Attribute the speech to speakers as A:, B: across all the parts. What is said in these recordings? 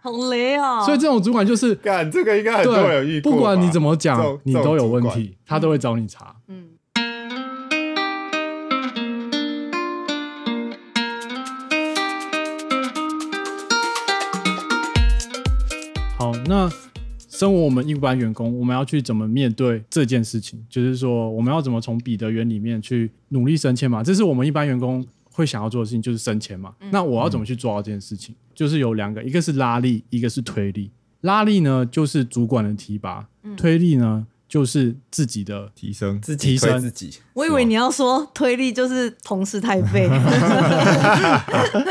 A: 好雷啊、
B: 所以这种主管就是
C: 干这个应该很多人有遇
B: 对，
C: 过吧，
B: 不管你怎么
C: 这
B: 讲
C: 种，
B: 你都有问
C: 这种主嗯
B: 题，他都会找你查。
A: 嗯，
B: 好，那身为我们一般员工，我们要去怎么面对这件事情？就是说，我们要怎么从彼得园里面去努力升迁嘛？这是我们一般员工会想要做的事情，就是升迁嘛。那我要怎么去做到这件事情？就是有两个，一个是拉力，一个是推力。拉力呢，就是主管的提拔；
A: 嗯
B: 推力呢，就是自己的
C: 提升
D: 自
B: 提
D: 己
B: 升
D: 推自己，
A: 我以为你要说推力就是同事太废，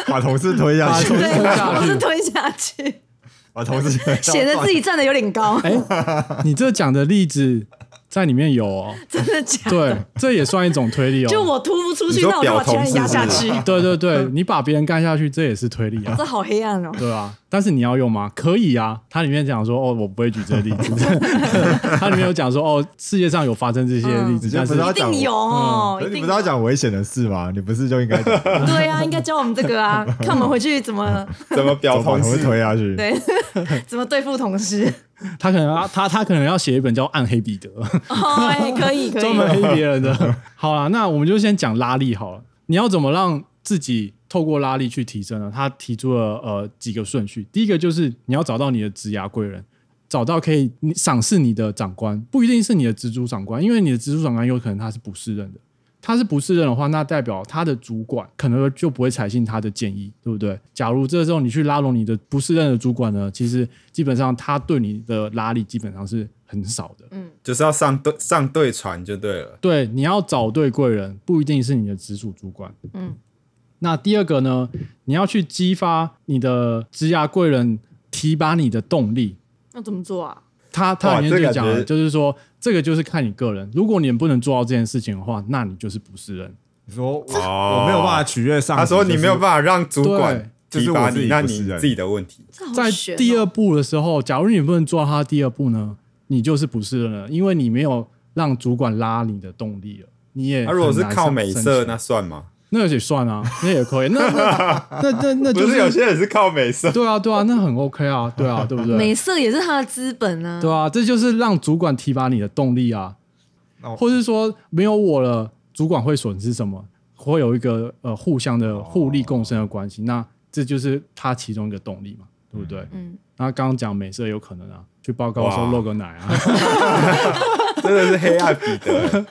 D: 把同事推
B: 把
D: 下去
B: 同，事 推
A: 对，把
B: 下
A: 同
B: 去
A: 事。推下去，
D: 把同事推
A: 显得自己站的有点高，
B: 哎、你这讲的例子在里面有 哦，
A: 真的假的？
B: 对，这也算一种推力哦。
A: 就我突不出去，
C: 你说
A: 那我就把其他人压下
C: 表同事
A: 去，
B: 对对对，你把别人干下去，这也是推力 啊，
A: 这好黑暗哦。
B: 对啊。但是你要用吗？可以啊。它里面讲说，哦，我不会举这个例子。 它里面有讲说，哦，世界上有发生这些例子，但
D: 嗯你就是不知道
A: 一定有哦，
B: 嗯
A: 一
D: 可是你
A: 定
D: 不是要讲危险的事吗？你不是就 应该讲
A: 对啊，应该教我们这个 啊，看我们回去怎么
C: 怎么表
D: 把
C: 同
D: 同事
C: 事
D: 推下去？
A: 对 怎么对付同 事。
B: 他可能要他他可能要写一本叫《暗黑彼得》，
A: 哦，哎，可以可
B: 专
A: 以
B: 门，黑别 人的。好啦，那我们就先讲拉力好了。你要怎么让自己透过拉力去提升呢？他提出了呃几个顺序，第一个就是你要找到你的职涯贵人，找到可以你赏识你的长官，不一定是你的直属长官，因为你的直属长官有可能他是不适任的。他是不适任的话，那代表他的主管可能就不会采信他的建议，对不对？假如这时候你去拉拢你的不适任的主管呢，其实基本上他对你的拉力基本上是很少的。
C: 就是要上对上对船就对了，
B: 对，你要找对贵人，不一定是你的直属主管。
A: 嗯，
B: 那第二个呢，你要去激发你的职涯贵人提拔你的动力。
A: 那怎么做啊？
B: 他他
C: 哇
B: 里面
C: 这
B: 就
C: 感
B: 讲了，
C: 觉
B: 就是说这个就是看你个人，如果你不能做到这件事情的话，那你就是不是人。
D: 你说我
C: 哦
D: 我没有办法取悦上级，
C: 他说你没有
D: 法，
C: 办法让主管
D: 对
C: 提拔你，
D: 就是
C: 那
D: 我自己不
C: 你
D: 是人
C: 自己的问题。
A: 这好
B: 在
A: 悬哦
B: 第二步的时候，假如你不能做到他的第二步呢，你就是不是人了，因为你没有让主管拉你的动力了。你也
C: 他啊如果
B: 很
C: 是
B: 难
C: 靠
B: 上
C: 美
B: 升
C: 色，
B: 迁
C: 那算吗？
B: 那也算啊，那也可以。那那那那那就
C: 不是有些人是靠美 色，
B: 对啊，对啊，那很 OK 啊，对啊，对不对
A: 美？色也是他的资本啊。
B: 对啊，这就是让主管提拔你的动力啊
D: 哦，
B: 或是说没有我了，主管会损失什么？会有一个呃互相的
D: 哦
B: 互利共生的关系，那这就是他其中一个动力嘛，对不对？
A: 嗯，
B: 那刚刚讲美色有可能啊，去报告说
C: 哇
B: 露个奶啊。
D: 嗯
C: 真的是黑暗彼得。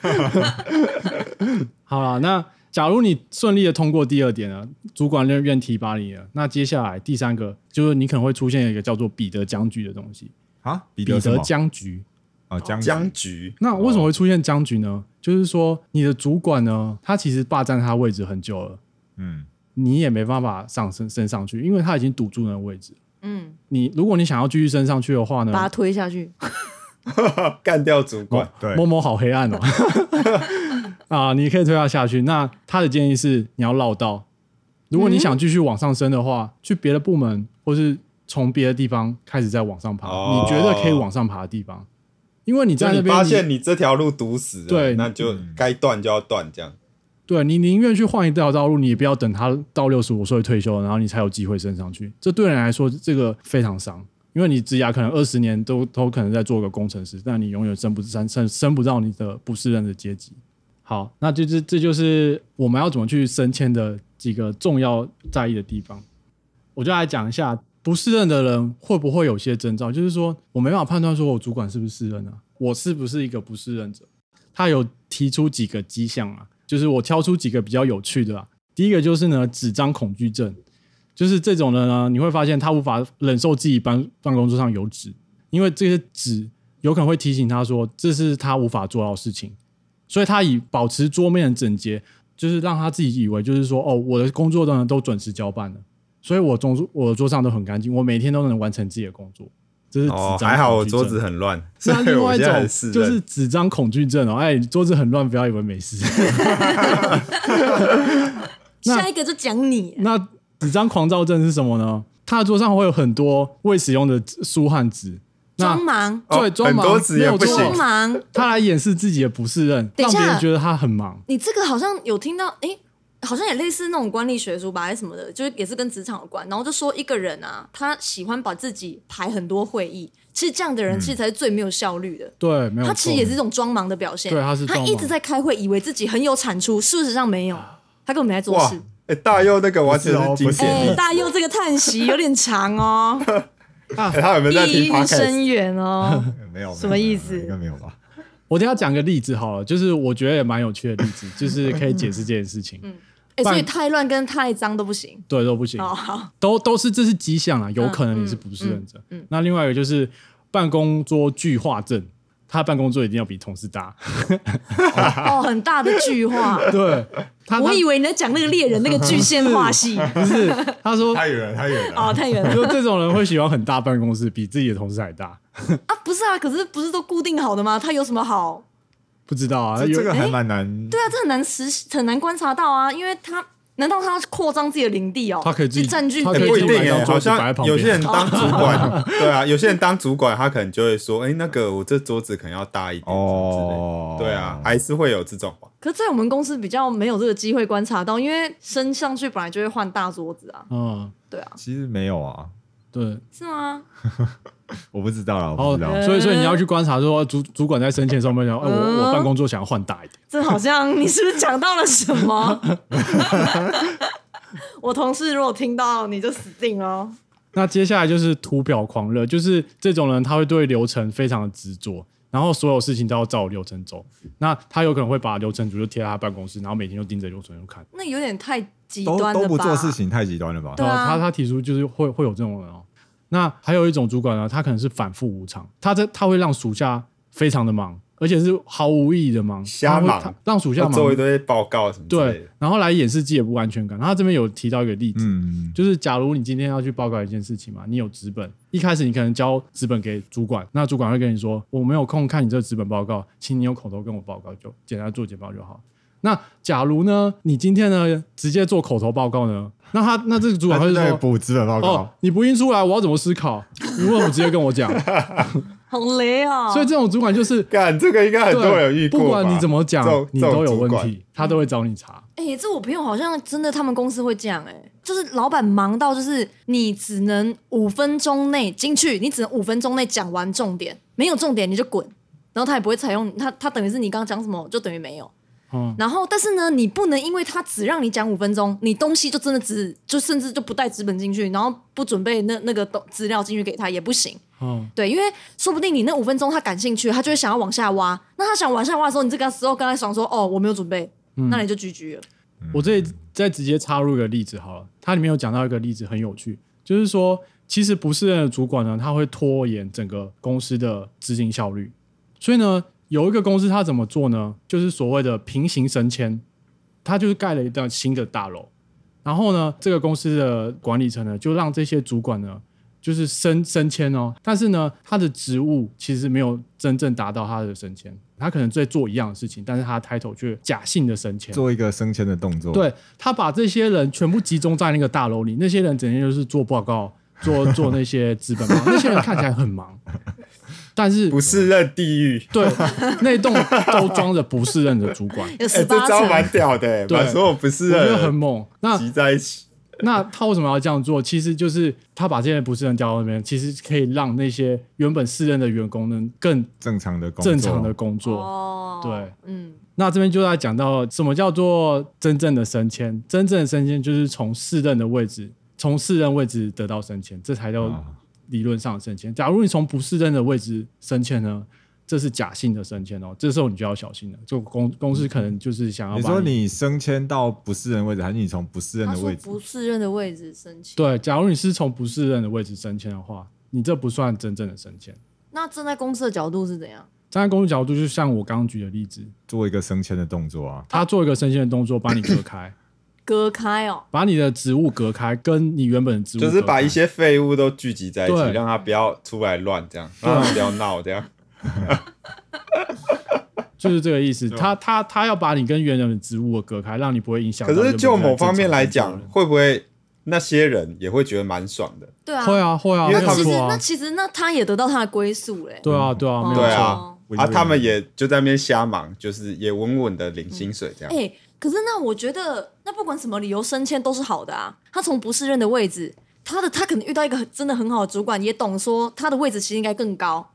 B: 好了，那假如你顺利的通过第二点了，主管愿愿提拔你了，那接下来第三个就是你可能会出现一个叫做彼得僵局的东西，
D: 啊，彼
B: 彼
D: 得什
B: 得
D: 么
B: 僵局。
D: 啊僵
C: 僵局，
B: 那为什么会出现僵局呢？就是说，你的主管呢，他其实霸占他位置很久了，
D: 嗯，
B: 你也没办法上升升上去，因为他已经堵住那个位置。
A: 嗯，
B: 你如果你想要继续升上去的话
A: 把他
B: 呢，
A: 推下去。
C: 干掉主管，
D: 对
B: 某某好黑暗哦。啊，你可以推他下去。那他的建议是，你要绕道。如果你想继续往上升的话，去别的部门或是从别的地方开始再往上爬，
C: 哦
B: 你觉得可以往上爬的地方，因为你在
C: 就
B: 那
C: 你
B: 边
C: 发
B: 你
C: 现你这条路堵死了，
B: 对
C: 那就该断就要断，这样
B: 对你宁愿去换一条道路，你也不要等他到六十五岁退休，然后你才有机会升上去。这对人来说，这个非常伤，因为你职涯可能二十年都都可能在做个工程师，但你永远升不升升升不到你的不是人的阶级。好，那这这这就是我们要怎么去升迁的几个重要在意的地方。我就来讲一下，不适任的人会不会有些征兆，就是说我没办法判断说我主管是不是适任啊，我是不是一个不适任者。他有提出几个迹象啊，就是我挑出几个比较有趣的啊。第一个就是呢，纸张恐惧症，就是这种人呢，你会发现他无法忍受自己办办公桌上有纸，因为这些纸有可能会提醒他说这是他无法做到的事情，所以他以保持桌面的整洁，就是让他自己以为就是说哦，我的工作呢都准时交办了，所以我桌我的桌上都很干净，我每天都能完成自己的工作。这是纸张
C: 哦
B: 恐，惧症、
C: 还好我桌子很乱，所
B: 那
C: 以
B: 啊另
C: 我
B: 外一
C: 现在很
B: 种
C: 适
B: 就是
C: 任
B: 纸张恐惧症哦，哎，桌子很乱，不要以为没事。 那
A: 下一个就讲你，
B: 那纸张狂躁症是什么呢？他的桌上会有很多未使用的书和纸，那
A: 装忙，
C: 哦
B: 对装
C: 很
B: 忙
C: 多纸
B: 没
C: 也
B: 有
C: 不
B: 错
C: 行
A: 装忙。
B: 他来掩饰自己的不适任，
A: 等一
B: 让
A: 下
B: 别人觉得他很忙。
A: 你这个好像有听到，哎，好像也类似那种管理学书吧，还是什么的，就是也是跟职场有关。然后就说一个人啊，他喜欢把自己排很多会议，其实这样的人其实才是最没有效率的。
B: 对，没有
A: 他其
B: 错。
A: 实也是一种装忙的表现，
B: 对他是装忙
A: 一直在开会，以为自己很有产出，事实上没有，他根本没在做
C: 哇
A: 事。，
C: 哎，大佑那个完全是经
D: 不是
C: 典
D: 哦
A: 哎、
C: 例，
A: 大佑这个叹息有点长 哦，
C: 哎他有没有在
A: 意
C: 听
A: 蕴
C: podcast？
A: 深远哦。
D: 没有
A: 什么意思
D: 应该没有吧？
B: 我等一下讲个例子好了，就是我觉得也蛮有趣的 例子，就是可以解释这件事情。
A: 哎、所以
B: 办
A: 太乱跟太脏都不行。
B: 对，都不行，
A: 哦，好，嗯
B: 都都是这是迹象啊，有可能你是不是认真。那另外一个就是办公桌巨化症，他办公桌一定要比同事大。
A: 哦，很大的句话。
B: 对，他
A: 我
B: 他
A: 以为你在讲那个猎人那个巨线化 系。
B: 不是他说，
D: 太远了，太远了。
A: 哦，太远了
B: 就这种人会喜欢很大办公室，比自己的同事还大。
A: 啊！不是啊，可是不是都固定好的吗？它有什么好？
B: 不知道啊，
D: 这
B: 有
D: 这个还蛮难，
A: 对啊，这很难实很难观察到啊，因为它难道它要扩张自己的领地哦？
B: 它可以自己
A: 去占据
B: 它
C: 哎，
B: 可以
C: 不一定
B: 可以买一张
C: 哎，好
B: 桌子摆在
C: 像
B: 旁边哦
C: 有些人当主管， 对啊，有些人当主管，他可能就会说，哎，那个我这桌子可能要大一点，哦
D: 哦，
C: 对啊，还是会有这种话。
A: 可是，在我们公司比较没有这个机会观察到，因为升上去本来就会换大桌子啊，
B: 嗯，
A: 对啊，
D: 其实没有啊，
B: 对，
A: 是吗？
D: 我不知道啦，我不
B: 哦
D: 知道。，
A: 呃
B: 所以所以你要去观察说主主管在升迁的时候，有没有讲，哎，
A: 嗯
B: 我我办公桌想要换大一点，
A: 这好像你是不是讲到了什么？ 我同事如果听到你就死定了哦。
B: 那接下来就是图表狂热，就是这种人他会对流程非常的执着，然后所有事情都要照流程走。那他有可能会把流程图就贴在他办公室，然后每天就盯着流程图看。
A: 那有点太极
D: 都
A: 端了吧？
D: 都不做事情太极端了吧
A: 对？啊
B: 呃他他提出就是会会有这种人哦。那还有一种主管呢，他可能是反复无常，他这他会让属下非常的忙，而且是毫无意义的忙，
C: 瞎忙
B: 他会他让属下
C: 要
B: 忙，
C: 做一堆报告什么之类
B: 对
C: 的。，
B: 然后来掩饰自己的不安全感。然后他这边有提到一个例子，
D: 嗯，
B: 就是假如你今天要去报告一件事情嘛，你有纸本，一开始你可能交纸本给主管，那主管会跟你说我没有空看你这个纸本报告，请你用口头跟我报告就简单做简报就好。那假如呢，你今天呢直接做口头报告呢，那他那这个主管
D: 还
B: 会
D: 是在
B: 说。
D: 补资本报
B: 哦
D: 告，，
B: 你不印出来，我要怎么思 考？你为什么直接跟我讲？
A: 好雷啊、
B: 所以这种主管就是
C: 干这个应 该很多人有遇过吧，
B: 不管你怎么讲
C: 这种，
B: 你都
C: 这
B: 有
C: 种主
B: 问
C: 管
B: 题，他都会找你查。
A: 哎、这我朋友好像真的，他们公司会这样、哎，就是老板忙到就是你只能五分钟内进去，你只能五分钟内讲完重点，没有重点你就滚，然后他也不会采用他，他等于是你刚刚讲什么就等于没有。
B: 嗯，
A: 然后，但是呢，你不能因为他只让你讲五分钟，你东西就真的只就甚至就不带纸本进去，然后不准备那那个东资料进去给他也不行。
B: 嗯，
A: 对，因为说不定你那五分钟他感兴趣，他就会想要往下挖。那他想往下挖的时候，你这个时候跟他爽说：“哦，我没有准备。”那你就 GG 了。
B: 我这里再直接插入一个例子好了，它里面有讲到一个例子很有趣，就是说，其实不是任的主管呢，他会拖延整个公司的执行效率。所以呢，有一个公司它怎么做呢？就是所谓的平行升迁，它就是盖了一栋新的大楼，然后呢，这个公司的管理层呢，就让这些主管呢，就是升升迁哦，但是呢，他的职务其实没有真正达到他的升迁，他可能在做一样的事情，但是他的 title 却假性的升迁。
D: 做一个升迁的动作。，
B: 对他把这些人全部集中在那个大楼里，那些人整天就是做报告、 做做那些资本忙，那些人看起来很忙，但是
C: 不是任地狱，
B: 对那栋都装着不是任的主管，
A: 有
C: 哎、
A: 十
C: 这
A: 八
C: 招
A: 层，
C: 蛮屌的、欸，
B: 对
C: 把所有不是
B: 我觉得很
C: 任
B: 猛。那
C: 集在一起，
B: 那他为什么要这样做？其实就是他把这些不是人调到那边，其实可以让那些原本是任的员工能更
D: 正常的工作，
B: 正常的工作。
A: 哦，
B: 对，
A: 嗯，
B: 那这边就在讲到什么叫做真正的升迁？真正的升迁就是从适任的位置，从适任位置得到升迁，这才叫
D: 啊
B: 理论上的升迁。假如你从不适任的位置升迁呢，这是假性的升迁哦，这时候你就要小心了。就公公司可能就是想要把
D: 你说你升迁到不是人位置，还是你从不是人
A: 他
D: 的
A: 说
D: 位置？
A: 不适任的位置申请，
B: 对，假如你是从不适任的位置升迁的话，你这不算真正的升迁。
A: 那站在公司的角度是怎样？
B: 站在公司角度，就像我刚刚举的例子，
D: 做一个升迁的动作啊？
B: 他做一个升迁的动作，把你隔开，
A: 隔开哦，
B: 把你的职务隔开，跟你原本的职务
C: 就是
B: 隔
C: 把
B: 开
C: 一些废物都聚集在一起，
B: 对
C: 让他不要出来乱，这样让他不要闹，这样。
B: 就是这个意思。
C: 吧
B: 他他他要把你跟原有的职务隔开， 让你不会影响到
C: 可
B: 原本
C: 是
B: 在正
C: 就
B: 常工作
C: 某
B: 人。
C: 方面来讲，会不会那些人也会觉得蛮爽的？
A: 对啊，
B: 会啊会啊，
C: 因为
B: 没
A: 那其
B: 有
A: 实
B: 错
A: 那
B: 啊，
A: 其实那他也得到他的归宿嘞，
B: 对啊对啊，没有
C: 对
B: 错。
C: 啊
A: 哦
D: 我以
C: 啊，
D: 为
C: 他们也就在那边瞎忙，就是也稳稳的领薪水这样。
A: 哎，可是那我觉得，那不管什么理由升迁都是好的啊。他从不适任的位置，他的他可能遇到一个很真的很好的主管，也懂说他的位置其实应该更高。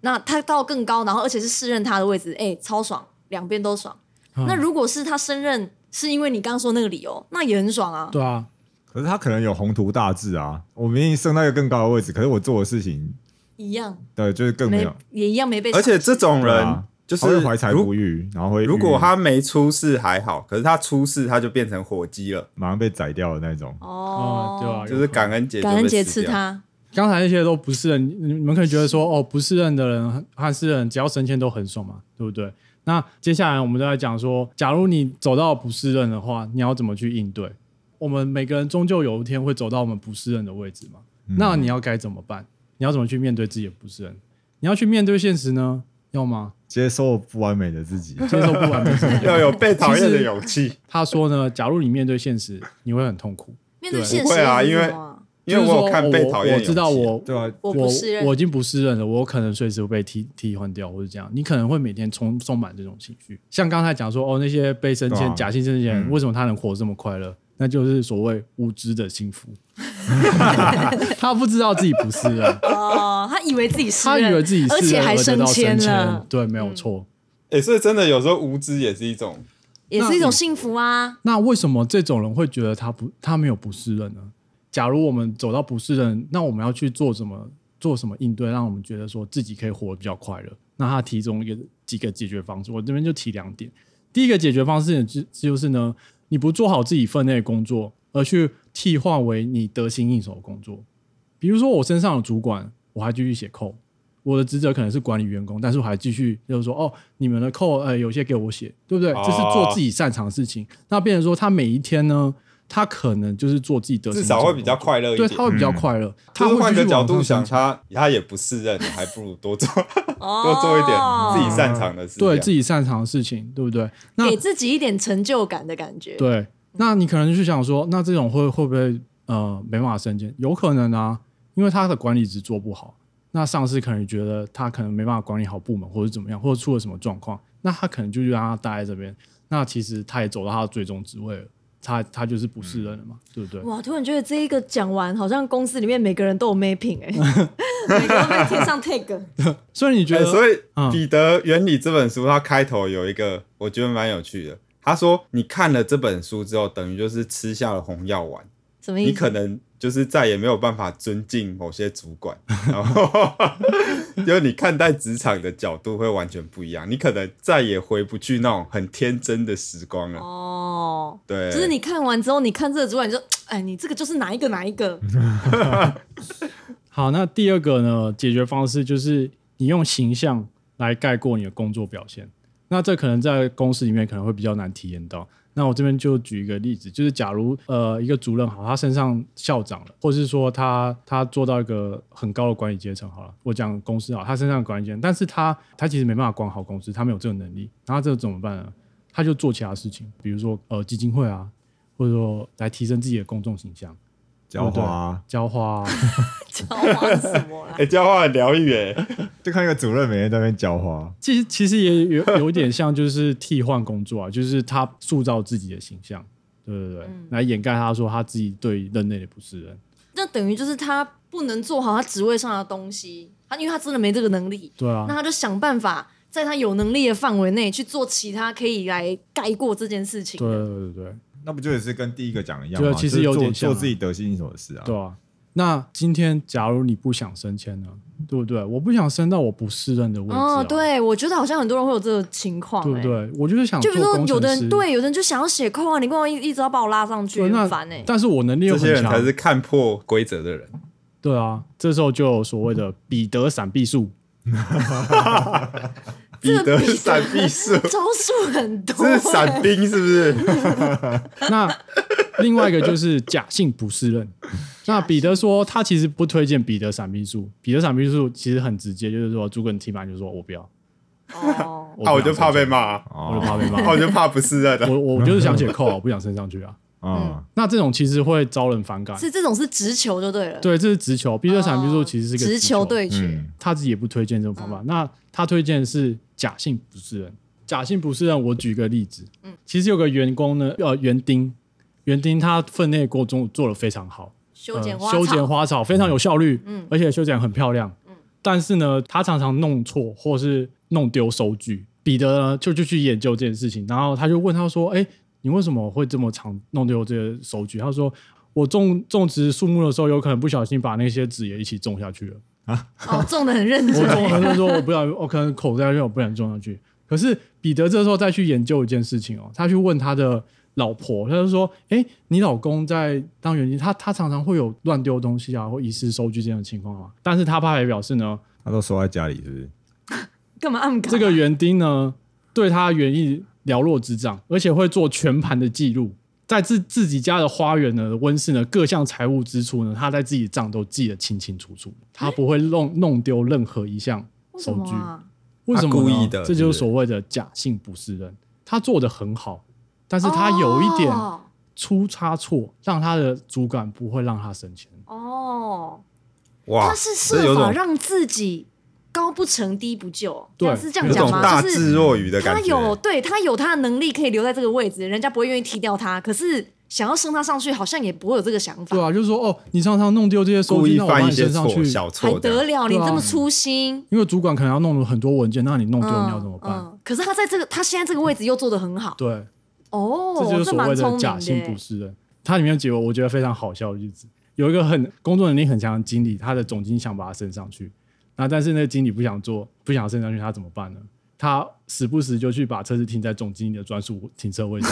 A: 那他到更高，然后而且是适任他的位置，哎、超爽，两边都爽。
B: 嗯
A: 那如果是他升任，是因为你刚刚说那个理由，那也很爽啊。
B: 对啊，
D: 可是他可能有宏图大志啊，我明明升到一个更高的位置，可是我做的事情，
A: 一样
D: 对，就是更没
A: 没
D: 有，
A: 也一样没被赏
C: 而
A: 识，
C: 且这种
D: 对
C: 人
D: 啊
C: 就是
D: 他会怀才
C: 如
D: 不遇，然后会
C: 如
D: 郁
C: 果
D: 郁
C: 他没出事还好，可是他出事他就变成火鸡了，
D: 马上被宰掉的那种，
A: 哦
B: 哦，对啊
C: 就是感恩节
A: 感恩节
C: 就被吃
A: 吃
C: 掉。
A: 他，
B: 刚才那些都不是人，你你们可以觉得说，哦，不是人的人和是人，只要升迁都很爽嘛，对不对？那接下来我们就来讲说，假如你走到不是人的话，你要怎么去应对？我们每个人终究有一天会走到我们不是人的位置嘛，
C: 嗯
B: 那你要该怎么办？你要怎么去面对自己的不是人？你要去面对现实呢？要吗？
D: 接受不完美的自 己，
B: 接受不完美 自己。
C: 要有被讨厌
B: 其
C: 的
B: 实
C: 勇气，
B: 他说呢，假如你面对现实，你会很痛苦，
A: 面对
B: 对
A: 现
C: 不
A: 实
C: 会啊
A: 是
C: 因为
A: 什么啊
C: 因为
B: 就是说哦
C: 有看被讨厌
B: 我
C: 的勇
B: 我
C: 气，
B: 知道我
D: 对啊，
A: 我不
B: 我
A: 是
B: 我已经不是人了，我可能随时会被替替换掉，或者这样。你可能会每天充充满这种情绪。像刚才讲说，哦，那些被升
D: 对
B: 迁、
D: 啊
B: 假性升迁，人
D: 嗯
B: 为什么他能活得这么快乐？那就是所谓无知的 幸福。他不知道自己不是人，
A: 哦，他以为自己是
B: 他以
A: 人，
B: 为自己是
A: 而且
B: 人
A: 还
B: 而得
A: 升
B: 到
A: 迁
B: 升
A: 了嗯
B: 迁，，对，没有错。
C: 哎、所以真的有时候无知也是一种，
A: 也是一种幸福啊。
B: 那为什么这种人会觉得他不他没有不是人呢？假如我们走到不是人，那我们要去做什么？做什么应对，让我们觉得说自己可以活得比较快乐？那他提供一个几个解决方式，我这边就提两点。第一个解决方式呢就就是呢，你不做好自己分内的工作，而去替换为你得心应手的工作。比如说我身上有主管，我还继续写扣，我的职责可能是管理员工，但是我还继续就是说，哦，你们的扣呃有些给我写，对不对？
C: 哦
B: 这是做自己擅长的事情。那变成说他每一天呢，他可能就是做自己得心
C: 至
B: 应手的
C: 少会比
B: 工
C: 较
B: 作
C: 快乐一
B: 对，
C: 点。
B: 他会比较快乐。他
C: 就是
B: 会
C: 换
B: 继
C: 个
B: 续
C: 角
B: 往上
C: 度想
B: 升
C: 他，他也不是人，还不如多做多
A: 多
C: 做一点
A: 哦
C: 自己擅长的事。
B: 对
C: 己
B: 自己擅长的事情，对不对？那
A: 给自己一点成就感的感觉。
B: 对，那你可能就想说，那这种会会不会呃没办法升迁？有可能啊，因为他的管理职做不好，那上司可能觉得他可能没办法管理好部门，或者怎么样，或者出了什么状况，那他可能就让他待在这边。那其实他也走到他的最终职位了，他他就是不是人了嘛，对不对？
A: 哇，突然觉得这一个讲完，好像公司里面每个人都有 mapping 哎、每个人都被贴上 tag。
B: 所以你觉
C: 哎
B: 得，
C: 所以
B: 嗯
C: 《彼得原理》这本书，它开头有一个我觉得蛮有趣的。他说：“你看了这本书之后，等于就是吃下了红药丸，
A: 什么
C: 你
A: 意思？
C: 可能就是再也没有办法尊敬某些主管，然后 就是你看待职场的角度会完全不一样，你可能再也回不去那种很天真的时光了。
A: 哦，
C: 对，
A: 就是你看完之后，你看这个主管你就，哎，你这个就是哪一个哪一个，
B: 好，那第二个呢，解决方式就是你用形象来概括你的工作表现。那这可能在公司里面可能会比较难体验到。那我这边就举一个例子，就是假如呃一个主任好，他身上校长了，或是说他他做到一个很高的管理阶层好了，我讲公司啊好，他身上的管理阶层，但是他他其实没办法管好公司，他没有这个能力，然后这怎么办呢？他就做其他事情，比如说呃基金会啊，或者说来提升自己的公众形象，
D: 浇花啊，
B: 浇花、啊。
A: 交换什么啦
C: 哎、？这样话很疗愈哎。
D: 就看一个主任每天在那边浇花，
B: 其实其实也有有一点像，就是替换工作啊， 就是他塑造自己的形象，对对对，
A: 嗯
B: 来掩盖他说他自己对任内的不是人，
A: 那等于就是他不能做好他职位上的东西，他因为他真的没这个能力，
B: 对啊
A: 那，他就想办法在他有能力的范围内去做其他可以来盖过这件事情
B: 对
A: 的。
B: 对对对
D: 那不就也是跟第一个讲的一样
B: 对啊
D: 吗？
B: 其实
D: 就是
B: 有
D: 做
B: 点像啊
D: 做自己得心应手的事啊，
B: 对啊。那今天假如你不想升迁呢，对不对？我不想升到我不适任的位置、啊，
A: 哦，对，我觉得好像很多人会有这个情况、
B: 对不
A: 哎？
B: 对？我就是想
A: 就
B: 做
A: 比如说
B: 工，
A: 有
B: 程
A: 的
B: 师，
A: 人对，有的人就想要写扣啊，你跟我一一直要把我拉上去，
B: 对，那
A: 很烦哎、
B: 但是我能力又
C: 这
B: 很
C: 些人才
B: 强
C: 是，看破规则的人。
B: 对啊，这时候就有所谓的彼得闪避术，
C: 彼
A: 这个
C: 得
A: 彼得
C: 闪 避术，
A: 招数很多、欸
C: 这是闪兵是不是？
B: 那另外一个就是假性不适 任。那彼得说，他其实不推荐彼得闪避术。彼得闪避术其实很直接，就是说主管提拔你就说我不要，
A: 哦，
B: 我不
C: 啊，
B: 想
C: 我就怕被骂啊，
B: 我就
D: 哦
B: 怕 被
C: 啊
B: 骂，
C: 我就怕不是人啊。
B: 我我就是想写扣啊，我不想升上去啊。
D: 啊，
B: 那这种其实会招人反感。
A: 是这种是直球就对了。
B: 对，这是直球。彼得闪避术
A: 哦
B: 其实是一个
A: 直球对决，嗯
D: 嗯，
B: 他自己也不推荐这种方法。那他推荐的是假性不是人，假性不是让我举个例子，
A: 嗯
B: 其实有个员工呢，呃，园丁，园丁他分内工作做得非常好，
A: 修剪
B: 呃
A: 花
B: 修剪
A: 草，
B: 花草非常有效率，嗯，而且修剪很漂亮，嗯，但是呢，他常常弄错或是弄丢收据。彼得呢，就就去研究这件事情，然后他就问他说：“哎、你为什么会这么常弄丢这个收据？”他说：“我种种植树木的时候，有可能不小心把那些纸也一起种下去了。
A: 哦，种的很认
B: 我种，
A: 真。
B: 可能说我不小心，我可能口袋让我不小心种上去。可是彼得这时候再去研究一件事情哦，他去问他的老婆，他就说：“哎，你老公在当园丁，他他常常会有乱丢东西啊，或遗失收据这样的情况啊。但是他爸也表示呢，
D: 他都收在家里，是不是？
A: 干嘛暗卡？
B: 这个园丁呢对他园艺了若指掌，而且会做全盘的记录。”在自自己家的花园呢，温室呢，各项财务支出呢，他在自己账都记得清清楚楚，他不会弄弄丢任何一项
A: 为什
B: 收
A: 么
B: 据。
A: 啊？
B: 为什么呢
C: 他故意的
B: 这就是
C: 不是
B: 所谓的假性不是人。他做的很好，但是他有一点
A: 哦
B: 出差错，让他的主管不会让他升迁。
A: 哦，
C: 哇，
A: 他是
C: 这有
A: 设法
C: 种
A: 让自己高不成低不就，
B: 对
A: 他是这样
B: 有
C: 有
A: 讲
C: 种
A: 吗？
C: 大
A: 就
C: 智
A: 是
C: 若愚的感
A: 他
C: 觉。
A: 有对他有他的能力可以留在这个位置，人家不会愿意踢掉他，可是想要升他上去，好像也不会有这个想法
B: 对。啊，就是说哦，你常常弄丢这些收
C: 故
B: 据，
C: 意
B: 那我把
C: 犯
B: 你
C: 一些
B: 升上
C: 错
B: 去，
C: 小
A: 还
C: 错
A: 得
C: 的，
A: 了？你
B: 对啊
A: 这么粗心，
B: 因为主管可能要弄了很多文件，啊那你弄丢
A: 嗯
B: 你要怎么办？
A: 嗯可是他在这个他现在这个位置又做得很好
B: 对，
A: 哦，
B: 这就是所谓
A: 蛮聪
B: 的
A: 明
B: 假性不
A: 耶
B: 是人。它里面有几个我觉得非常好笑的例子，有一个很工作能力很强的经理，他的总经理想把他升上去，那但是那个经理不想做，不想升上去，他怎么办呢？他时不时就去把车子停在总经理的专属停车位上，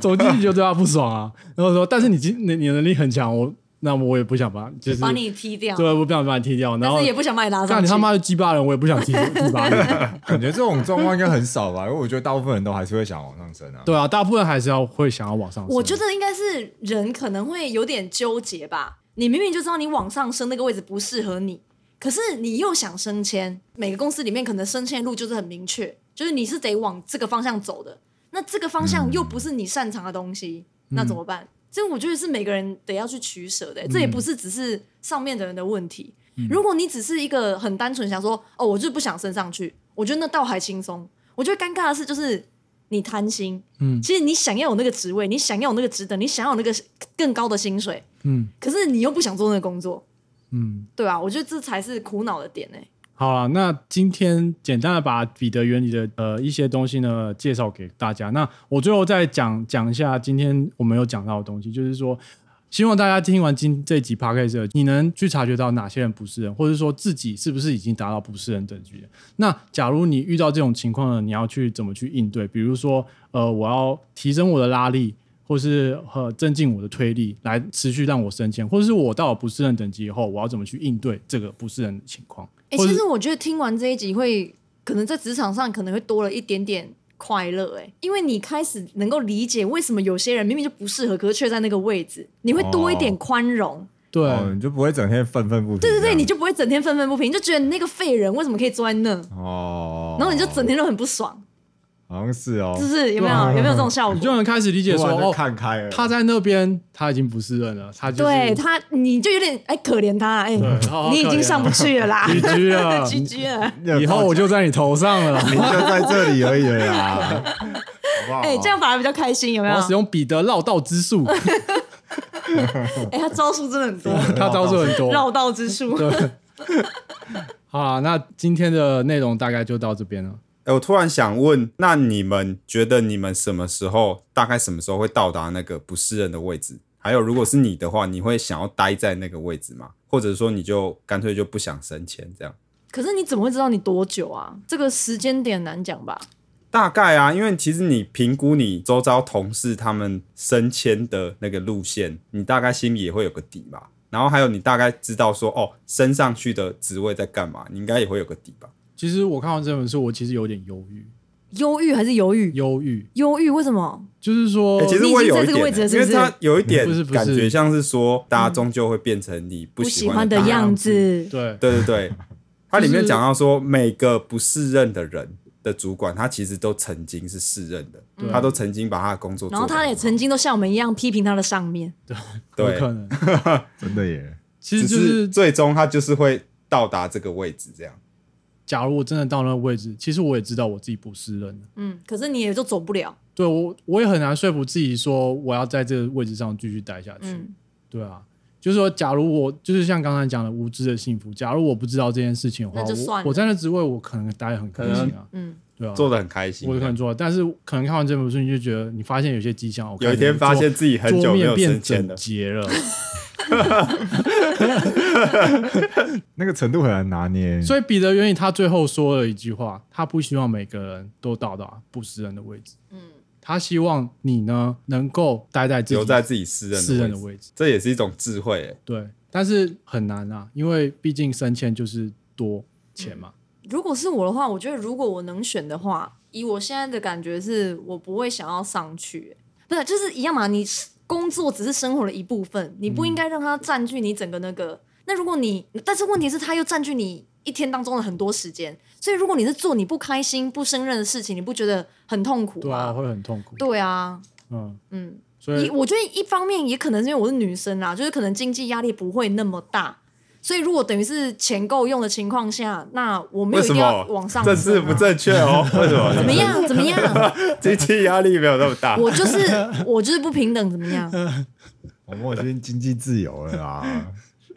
B: 总经理就对他不爽啊，然后说：“但是你经你你能力很强，我那么我也不想把就是
A: 把你踢掉，
B: 对，我不想把你踢掉，然
A: 但
B: 后
A: 是也不想把你拉上
B: 干
A: 去。
B: 你他妈的鸡巴人，我也不想踢踢巴人。”
D: 感觉这种状况应该很少吧？因为我觉得大部分人都还是会想往上升啊。
B: 对啊，大部分还是要会想要往上升。
A: 我觉得应该是人可能会有点纠结吧。你明明就知道你往上升那个位置不适合你，可是你又想升迁。每个公司里面可能升迁路就是很明确，就是你是得往这个方向走的。那这个方向又不是你擅长的东西，
B: 嗯
A: 那怎么办？这我觉得是每个人得要去取舍的、欸这也不是只是上面的人的问题。
B: 嗯
A: 如果你只是一个很单纯想说，哦，我就是不想升上去，我觉得那倒还轻松。我觉得尴尬的是，就是你贪心，
B: 嗯
A: 其实你想要有那个职位，你想要有那个职等，你想要有那个更高的薪水，
B: 嗯
A: 可是你又不想做那个工作，
B: 嗯，
A: 对吧、我觉得这才是苦恼的点呢、
B: 好了，那今天简单的把彼得原理的呃一些东西呢介绍给大家。那我最后再讲讲一下今天我们有讲到的东西，就是说，希望大家听完今这集 podcast，你能去察觉到哪些人不是人，或者说自己是不是已经达到不是人等级了。那假如你遇到这种情况呢，你要去怎么去应对？比如说，呃，我要提升我的拉力，或是呃增进我的推力，来持续让我升迁，或者是我到了不是人等级以后，我要怎么去应对这个不是人的情况？
A: 哎、
B: 或
A: 其
B: 者
A: 实我觉得听完这一集会，可能在职场上可能会多了一点点快乐，哎，因为你开始能够理解为什么有些人明明就不适合，可是却在那个位置，你会多一
B: 哦
A: 点宽容。
B: 对。
D: 哦，你就不会整天愤愤不平这
A: 对
D: 样。
A: 对对，你就不会整天愤愤不平，就觉得你那个废人为什么可以坐在那，
D: 哦，
A: 然后你就整天都很不爽，
D: 好像是哦
A: 是，不是？有没有有没有这种效
B: 你就
A: 果？
B: 能开始理解
D: 突
B: 说，
D: 然就
B: 哦，
D: 看开了。
B: 他在那边他已经不是人了，他就是
A: 对他，你就有点哎可怜他，哎
B: 对好好，
A: 你已
B: 可怜，
A: 经上不去了啦
B: GG 了
A: GG 了。
B: 啊以后我就在你头上了。
D: 你就在这里而已了啦，好不好？
A: 哎、这样反而比较开心，有
B: 我
A: 没有？
B: 要使用彼得绕道之术，
A: 哎、他招数真的很多，
B: 他招数很多。
A: 绕道之术。
B: 好啦，那今天的内容大概就到这边了。
C: 哎、我突然想问，那你们觉得你们什么时候，大概什么时候会到达那个不是人的位置？还有，如果是你的话，你会想要待在那个位置吗？或者说，你就干脆就不想升迁这样？
A: 可是你怎么会知道你多久啊？这个时间点难讲吧？
C: 大概啊，因为其实你评估你周遭同事他们升迁的那个路线，你大概心里也会有个底吧。然后还有，你大概知道说，哦，升上去的职位在干嘛，你应该也会有个底吧。
B: 其实我看完这本书，我其实有点忧郁，
A: 忧郁还是犹豫？
B: 忧郁
A: 忧郁为什么？
B: 就是说
C: 欸、，其实
A: 哦你已
C: 我
A: 经
C: 有
A: 在
C: 一
A: 这个
C: 点
A: 位置
C: 欸、
A: 了是
C: 因为
A: 不是
C: 它有一点
B: 不是不是
C: 感觉像是说，大家终究会变成你不
A: 不
C: 喜
A: 喜
C: 欢
A: 欢的
C: 答案
A: 样。子。
B: 对
C: 对对 对，它里面讲到说，每个不适任的人的主管，他其实都曾经是适任的，
B: 对
C: 他都曾经把他的工作做
A: 嗯然
C: 得
A: 后
C: 很好，
A: 他也曾经都像我们一样批评他的上面，
B: 有
C: 对，
B: 可能。
D: 真的耶，
B: 其实
C: 只
B: 就是是
C: 最终他就是会到达这个位置，这样
B: 假如我真的到那个位置，其实我也知道我自己不是人了。
A: 嗯，可是你也就走不了，
B: 对我，我也很难说服自己说我要在这个位置上继续待下去。
A: 嗯
B: 对啊，就是说，假如我就是像刚才讲的无知的幸福，假如我不知道这件事情的话，
A: 那就算
B: 我
A: 了
B: 我在那职位我可能待得很开心
C: 可
B: 啊，
A: 嗯，
B: 对啊，
C: 做的很开心
B: 我可。能做，但是可能看完这本书，你就觉得你发现有些迹象，我
C: 有一天发现自己很久
B: 桌
C: 没
B: 面
C: 有
B: 变
C: 升迁
B: 整
C: 了，
B: 洁了，
D: 那个程度很难拿捏。
B: 所以彼得原理他最后说了一句话，他不希望每个人都到达不是人的位置，嗯，他希望你呢能够待在自己
C: 留在自己私人
B: 私人的
C: 的位置，
B: 位置，
C: 这也是一种智慧、欸。
B: 对，但是很难啊，因为毕竟升迁就是多钱嘛，
A: 如果是我的话，我觉得如果我能选的话，以我现在的感觉是，我不会想要上去、不是就是一样嘛。你工作只是生活的一部分，你不应该让它占据你整个那个。那如果你，但是问题是，它又占据你一天当中的很多时间，所以如果你是做你不开心、不胜任的事情，你不觉得很痛苦
B: 对啊，
A: 吗？
B: 会很痛苦，
A: 对啊，
B: 嗯，
A: 嗯。
B: 所
A: 一
B: 以
A: 我觉得一方面也可能是因为我是女生啦，就是可能经济压力不会那么大，所以如果等于是钱够用的情况下，那我没有
C: 为
A: 一
C: 什
A: 定要
C: 么
A: 往上、啊
C: 这是不？正确哦？为什 么？
A: 怎么样？怎么样？
C: 经济压力没有那么大？
A: 我就是我就是不平等，怎么 样？
D: 我们我已经经济自由了啦，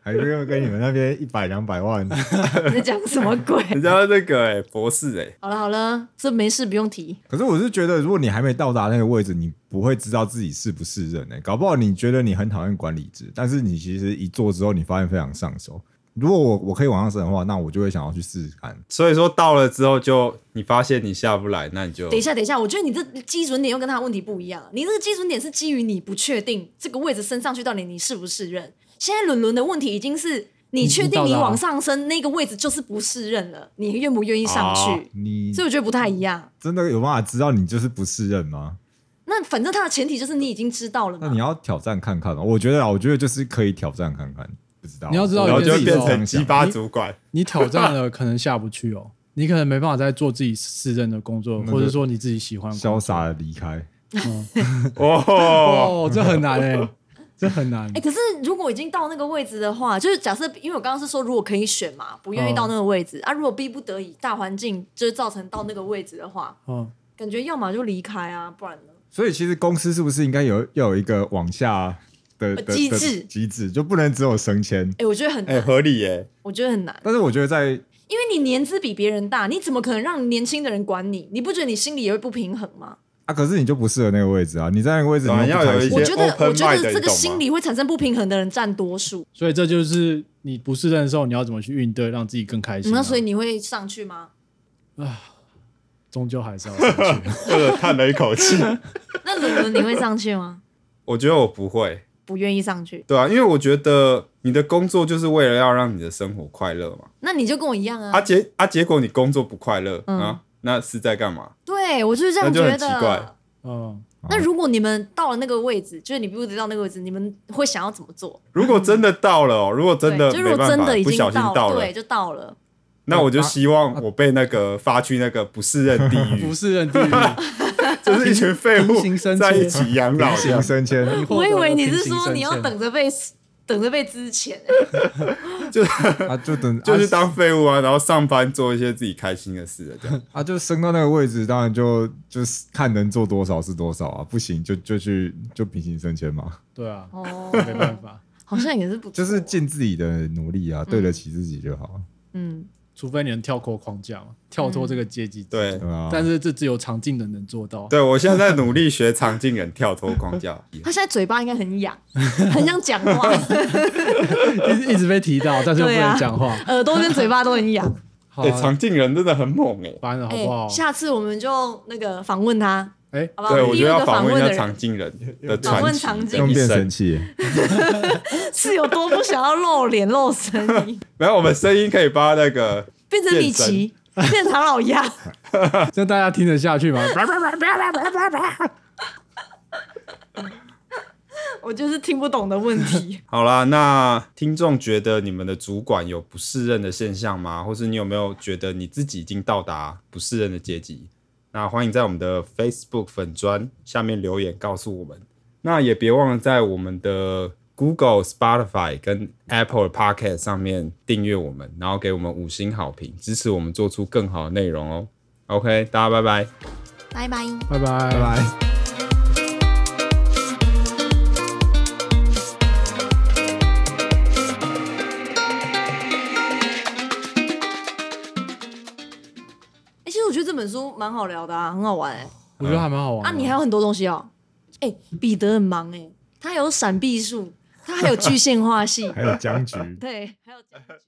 D: 还不用跟你们那边一百两百万。
A: 你在讲什么鬼？
C: 人家那个哎、博士哎、
A: 好了好了，这没事不用提。
D: 可是我是觉得，如果你还没到达那个位置，你不会知道自己是不是人诶、搞不好你觉得你很讨厌管理职，但是你其实一做之后，你发现非常上手。如果我我可以往上升的话，那我就会想要去试试看。
C: 所以说到了之后就你发现你下不来，那你就
A: 等一下等一下，我觉得你这基准点又跟他的问题不一样。你这个基准点是基于你不确定这个位置升上去到底你是不是人。现在伦伦的问题已经是你确定你往上升那个位置就是不是人了，你愿不愿意上去？
C: 哦
D: 你
A: 所以我觉得不太一样。
D: 真的有办法知道你就是不是人吗？
A: 那反正它的前提就是你已经知道了
D: 那
A: 嘛
D: 你。要挑战看看嘛？我觉得啊，我觉得就是可以挑战看看，不知道
B: 你要知道
C: 然
D: 我
C: 后
B: 有
C: 就
B: 些
D: 自己
C: 变
D: 是这
C: 成
D: 样想
C: 鸡巴主管，
B: 你挑战了，可能下不去哦。你可能没办法再做自己私人的工作，
D: 那就
B: 或者说你自己喜欢的工
D: 潇
B: 作
D: 洒的离开。
C: 哦，
B: 哦，这很难哎、这很难
A: 哎、。可是如果已经到那个位置的话，就是假设，因为我刚刚是说，如果可以选嘛，不愿意到那个位置、
C: 嗯
A: 啊，如果逼不得已，大环境就是造成到那个位置的话，
B: 嗯，
A: 感觉要么就离开啊，不然呢？
D: 所以其实公司是不是应该有要有一个往下的的
A: 呃机
D: 的
A: 制
D: 机制，就不能只有升迁
A: 哎、？我觉得很
C: 哎、
A: 难，
C: 合理耶、
A: 我觉得很难。
D: 但是我觉得在
A: 因为你年资比别人大，你怎么可能让年轻的人管你？你不觉得你心里也会不平衡吗？
D: 啊，可是你就不适合那个位置啊！你在那个位置你
C: 当然
D: 又不
C: 要
D: 开
C: 有
D: 心
C: 一些
A: 我觉得，
C: open
A: 我觉得
C: mind 的
A: 这
C: 你
A: 个
C: 懂吗
A: 心理会产生不平衡的人占多数。
B: 所以这就是你不是认的时候，你要怎么去应对，让自己更开心、
A: 嗯
B: 啊
A: 那所以你会上去吗？
B: 终究还是要上去。
C: 或者叹了一 口气。
A: 那伦伦你会上去吗？
C: 我觉得我不会，
A: 不愿意上去，
C: 对啊，因为我觉得你的工作就是为了要让你的生活快乐嘛。
A: 那你就跟我一样啊。
C: 啊结啊结果你工作不快乐、
A: 嗯
C: 啊，那是在干嘛？
A: 对，我就是这样
C: 那就
A: 觉
C: 很
A: 得。
C: 奇怪哦
B: 嗯，
A: 那如果你们到了那个位置，就是你不知道那个位置，你们会想要怎么做？
C: 如果真的到了、哦，如果真的
A: 对就
C: 没
A: 如果
C: 办
A: 真
C: 法
A: 的已，
C: 不
A: 经
C: 小心
A: 到
C: 到了
A: 对，，就到了。
C: 那我
B: 啊
C: 就希望我被那个发去那个不适任地 狱
B: 不，是认地 狱，
C: 就是一群废
B: 平行
C: 物
B: 生
C: 在一
B: 存
C: 起养老
D: 平
C: 这
D: 行。
C: 样
D: 升迁，
A: 我以为你是说你
B: 获
A: 要
B: 得了
A: 等
B: 平行升迁
A: 着被等着被之前、
D: 啊，就等
C: 就是当废物啊，然后上班做一些自己开心的事啊，这样。
D: 啊，就升到那个位置，当然就就是看能做多少是多少啊，不行就就去就平行升迁嘛，
B: 对啊，
A: 哦，
B: 没办法，
A: 好像也是不错
D: 就是尽自己的努力
B: 嗯
D: 啊，对得起自己就好，
A: 嗯。
B: 除非你能跳脱框架嘛，跳脱这个阶级。，
C: 对
D: 对，吧？
B: 但是这只有常进人能做到。
C: 对我现在在努力学常进人跳脱框架。
A: 他现在嘴巴应该很痒， 很想讲话，
B: 一直一直被提到，但是又不
A: 对啊
B: 能讲话。
A: 耳朵跟嘴巴都很痒。
B: 好
C: 哎、
B: 啊，
C: 常进人真的很猛哎、
B: 烦 了好
A: 哎、
B: 不好？
A: 下次我们就那个访问他，
B: 哎，
A: 好不好？
C: 对，
A: 我们
C: 我
A: 第
C: 觉得
A: 二个
C: 要访问一
A: 的
C: 下
A: 人
C: 常进人的
A: 访问
C: 传
A: 常
C: 奇
A: 进
C: 的
D: 用
C: 一
D: 变声
C: 生。
D: 器，
A: 是有多不想要露脸露声 音，
C: 没有，我们声音可以把那个
A: 变成米 奇，变成唐老鸭。
B: 这大家听得下 去吗？
A: 我就是听不懂的问 题。
C: 好啦，那听众觉得你们的主管有不适任的现象吗？或是你有没有觉得你自己已经到达不适任的阶级？那欢迎在我们的 Facebook 粉砖下面留言告诉我们。那也别忘了在我们的 Google、Spotify 跟 Apple 的 Podcast 上面订阅我们，然后给我们五星好评，支持我们做出更好的内容哦。OK，大家拜拜。
A: 拜拜。
B: 拜拜，
D: 拜
B: 拜
D: 拜。
A: 哎、其实我觉得这本书蛮好聊的啊，很好玩哎、
B: 我觉得还蛮好玩的。
A: 啊，你还有很多东西哦。哎、彼得很忙哎、他还有闪避术，他还有具现化系，
D: 还有僵局。
A: 对，还有这个。